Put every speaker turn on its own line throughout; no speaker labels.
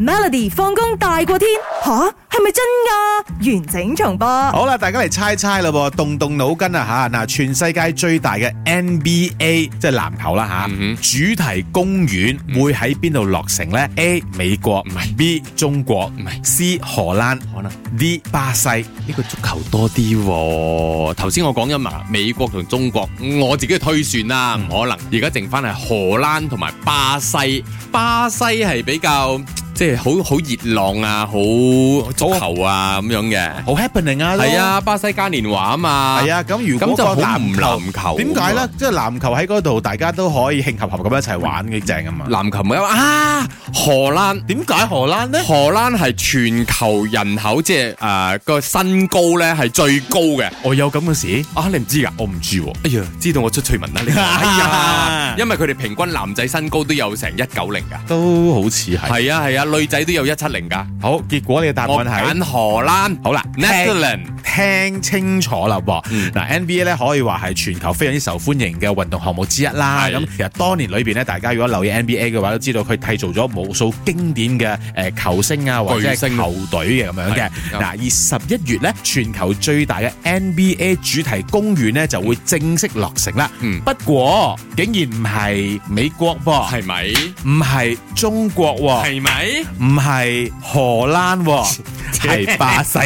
Melody 放工大過天吓，係咪真㗎？完整重播。
好啦，大家嚟猜猜啦噃，動動腦筋啊吓！嗱，全世界最大嘅 NBA 即係籃球啦吓，
嗯哼
主題公園會喺邊度落成呢 a 美國唔係 B 中國唔係 C 荷蘭
可能
D 巴西。
呢個足球多啲喎、頭先我講咗嘛，美國同中國，我自己推算啦，
嗯
唔可能。而家剩翻係荷蘭同埋巴西，巴西係比較即係好好熱浪啊，好足球啊咁樣嘅。
好 happening 啊！
係啊，巴西嘉年華啊嘛。
係啊，咁如果
咁就
個
好唔
籃球
籃球
點解
啊
咧？即係籃球喺嗰度，大家都可以慶合合咁一齊玩嘅正啊嘛。
籃球咪啊，荷蘭。
點解荷蘭咧？
荷蘭係全球人口即係誒個身高咧係最高嘅
我有咁嘅事，
啊！你唔知㗎？
我唔知喎。
哎呀，知道我出趣聞 啦！你哎呀，因為佢哋平均男仔身高都有成一九零噶，
都好似係。
係啊係啊，女仔都有一七零噶。
好，結果你嘅答案
我
係
揀荷蘭，
好啦
n e t h e r l a n d
聽清楚啦噃。
嗯
嗱 NBA 咧可以話係全球非常之受歡迎嘅運動項目之一啦。
係
咁其實當年裏邊咧，大家如果留意 NBA 嘅話，都知道佢締造咗無數經典嘅誒球星啊，或者
巨
係
星
球隊嘅咁樣嘅
係。
嗱，而十一月咧，全球最大嘅 NBA 主題公園咧就會正式落成啦。
嗯
不過竟然唔係美國噃，
係咪？
唔係中國喎，
係咪？
唔係荷蘭 喎，係巴西。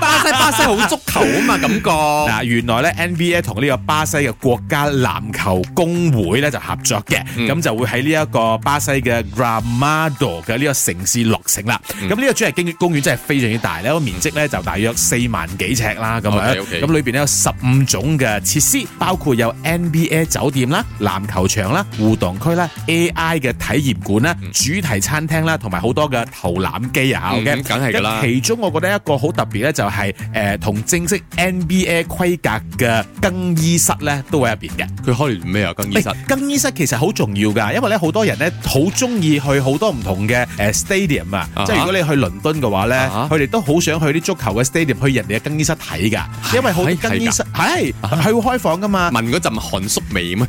巴西巴西好足球啊嘛，感覺。
嗱，原來咧 NBA 同呢個巴西嘅國家籃球公會咧就合作嘅，
嗯
咁、就會喺呢一個巴西嘅 Gramado 嘅呢個城市落成啦。咁呢、個主題經公園真係非常之大咧，個面積咧就大約四萬幾尺啦，咁樣。
OK，OK
咁裏邊咧有十五種嘅設施，包括有 NBA 酒店啦、籃球場啦、互動區啦、AI 嘅體驗館啦、主題餐廳啦，同埋好多嘅投籃機啊。
嗯
OK，
梗係㗎啦
咁其其中我覺得一個好特別咧，就係誒同正式 NBA 規格嘅更衣室咧，都喺入邊嘅。
佢開完咩啊？更衣室
誒。更衣室其實好重要㗎，因為咧好多人咧好中意去好多唔同嘅誒 stadium 啊
啊哈
即係如果你去倫敦嘅話咧，
啊哈
佢哋都好想去啲足球嘅 stadium 去人哋嘅更衣室睇㗎，因為好多
係啊
更衣室係佢會開房㗎嘛。
聞嗰陣韓叔 味咩？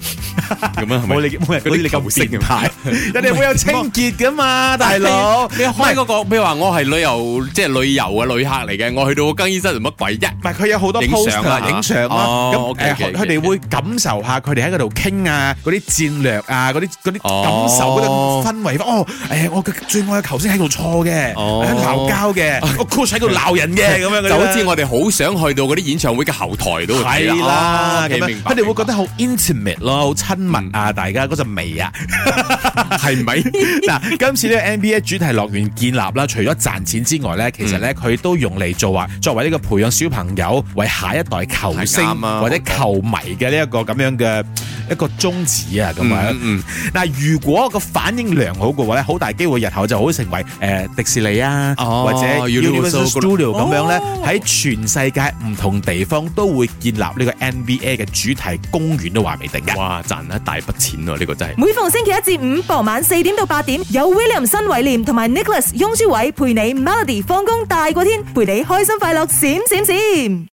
咁樣係咪
冇？你冇人
嗰啲
冇你
球
咁
星
變 態，人哋會有清潔㗎嘛，大佬。
你開嗰個，譬如話我係旅遊，即係旅遊嘅旅客嚟嘅，我去到個更衣室做乜鬼啫？
唔係佢有好多
影
post
相啊
啊，影相啦，
哦
咁
OK，OK，
誒
OK，
佢哋會感受下佢哋喺嗰度傾啊，嗰啲戰略啊，嗰啲嗰啲感受嗰種
哦
氛圍。哦，誒我嘅最愛嘅球星喺度錯嘅，
哦
喺度鬧交 嘅，我 coach 喺度鬧人嘅咁樣嗰啲
就
啦
好似我哋好想去到嗰啲演唱會嘅後台都
係啦，咁
你
樣
明白？嗯
佢哋會覺得好 intimate 咯，好親密啊，大家嗰陣味啊。
係咪？
嗱，今次呢個 NBA 主題樂園建立啦，除咗賺錢之外咧，其實
嗯
咧佢都用嚟做話作為呢個培養小朋友為下一代球星
係啱啊
或者球迷嘅呢一個咁樣嘅一個宗旨啊，咁樣。
嗯
嗱，如果個反應良好嘅話咧，好大機會日後就好成為誒、呃迪士尼啊，
哦
或者 Universal
Universal
Studio 咁樣咧，
哦
喺、全世界唔同地方都會建立呢個 NBA 嘅主題公園都話未定嘅
嗯。。哇，賺一大筆錢喎！呢個真係。
每逢星期一至五傍晚四點到八點，有 William 新偉廉同埋 Nicholas 雍舒偉陪你 Melody 放工大過天，陪你開心快樂閃閃閃。